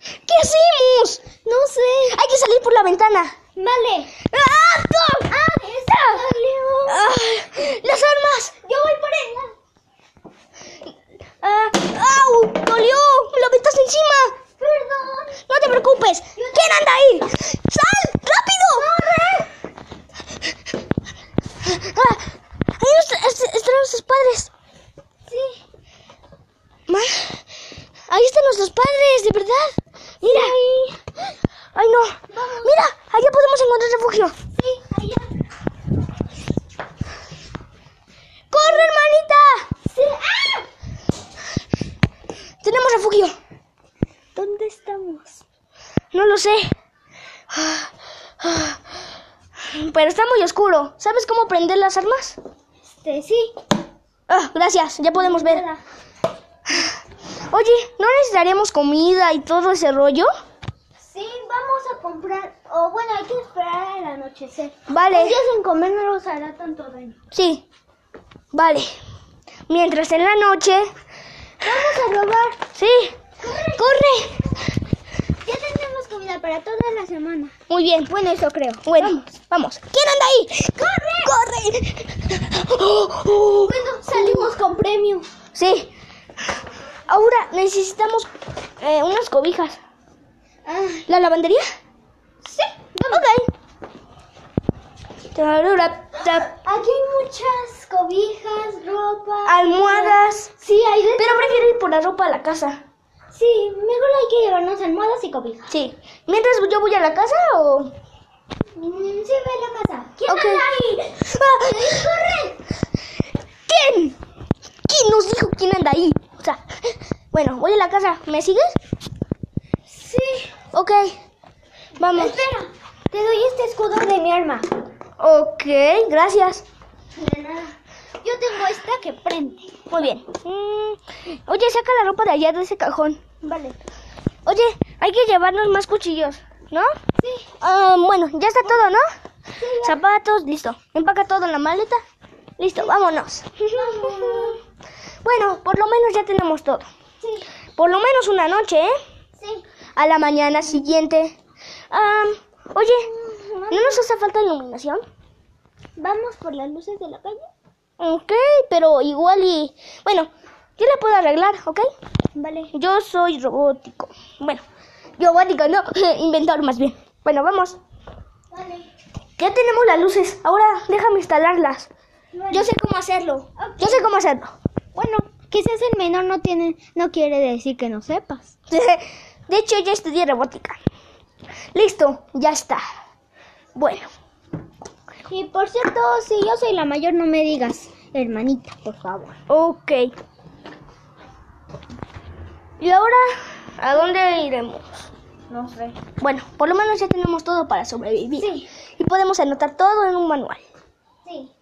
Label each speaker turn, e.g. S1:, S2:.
S1: ¿Qué hacemos?
S2: No sé.
S1: Hay que salir por la ventana.
S2: Vale.
S1: ¡Ah! Tom!
S2: ¡Ah! ¡Está! Leo.
S1: ¡Ah! ¡Las armas!
S2: Yo voy por ella.
S1: ¡Ah! ¡Au! ¡Dolió! ¡Me lo aventaste encima!
S2: Perdón.
S1: No te preocupes. ¿Quién anda ahí? ¡Sal! ¡Rápido! ¡Corre! Ah, ahí est- est- están nuestros padres.
S2: Sí.
S1: Ma, ahí están nuestros padres, de verdad. Mira. Ay, no. Mira, allá podemos encontrar refugio.
S2: Sí, allá.
S1: ¡Corre, hermanita!
S2: Sí. ¡Ah!
S1: Tenemos refugio.
S2: ¿Dónde estamos?
S1: No lo sé. Pero está muy oscuro. ¿Sabes cómo prender las armas?
S2: Este, sí.
S1: Ah, gracias, ya podemos ver.
S2: Nada.
S1: Oye, ¿no necesitaríamos comida y todo ese rollo?
S2: Sí, vamos a comprar. O bueno, hay que esperar al anochecer.
S1: Vale,
S2: Un día sin comer no nos hará tanto daño.
S1: sí. Vale. Mientras en la noche...
S2: Vamos a robar.
S1: Sí. Corre.
S2: Ya tenemos comida para toda la semana.
S1: Muy bien. Bueno, eso creo. Bueno, vamos. ¿Quién anda ahí? Corre. Corre. Oh, oh.
S2: Bueno, salimos con premio.
S1: Sí. Ahora necesitamos eh, unas cobijas.
S2: Ah,
S1: ¿La lavandería?
S2: sí.
S1: Ok. Tarara, ta-
S2: Aquí hay muchas cobijas, ropa.
S1: Almohadas.
S2: Sí, hay de...
S1: Pero prefiero ir por la ropa a la casa.
S2: Sí, mejor hay que llevarnos almohadas y cobijas.
S1: Sí. Mientras yo voy a la casa o...
S2: Mm, sí, ve la casa. ¿Quién
S1: Ok.
S2: anda ahí?
S1: Ah,
S2: ¡Corre!
S1: ¿Quién? ¿Quién nos dijo quién anda ahí? O sea, bueno, voy a la casa. ¿Me sigues?
S2: Sí.
S1: Ok. Vamos.
S2: Espera, te doy este escudo de mi arma.
S1: Ok, gracias.
S2: De nada. Yo tengo esta que prende.
S1: Muy bien. Mm, Oye, saca la ropa de allá de ese cajón.
S2: Vale.
S1: Oye, hay que llevarnos más cuchillos, ¿no?
S2: Sí.
S1: Ah, bueno, ya está todo, ¿no? Zapatos, listo. Empaca todo en la maleta. Listo, vámonos.
S2: Vamos.
S1: Bueno, por lo menos ya tenemos todo.
S2: Sí.
S1: Por lo menos una noche, ¿eh?
S2: Sí.
S1: A la mañana siguiente. Am, oye, ¿no nos hace falta iluminación?
S2: Vamos por las luces de la calle.
S1: Ok, pero igual y... Bueno, yo la puedo arreglar, ¿ok?
S2: Vale.
S1: Yo soy robótico. Bueno, yo robótico, no, inventor más bien. Bueno, vamos.
S2: Vale.
S1: Ya tenemos las luces. Ahora déjame instalarlas. Yo sé cómo hacerlo. Yo sé cómo hacerlo.
S2: Bueno, que seas el menor no tiene, no quiere decir que no sepas.
S1: De hecho, ya estudié robótica. Listo, ya está. Bueno,
S2: Y por cierto, si yo soy la mayor, no me digas, hermanita, por favor.
S1: ok. ¿Y ahora a dónde iremos?
S2: No sé.
S1: Bueno, por lo menos ya tenemos todo para sobrevivir.
S2: Sí.
S1: Y podemos anotar todo en un manual.
S2: Sí.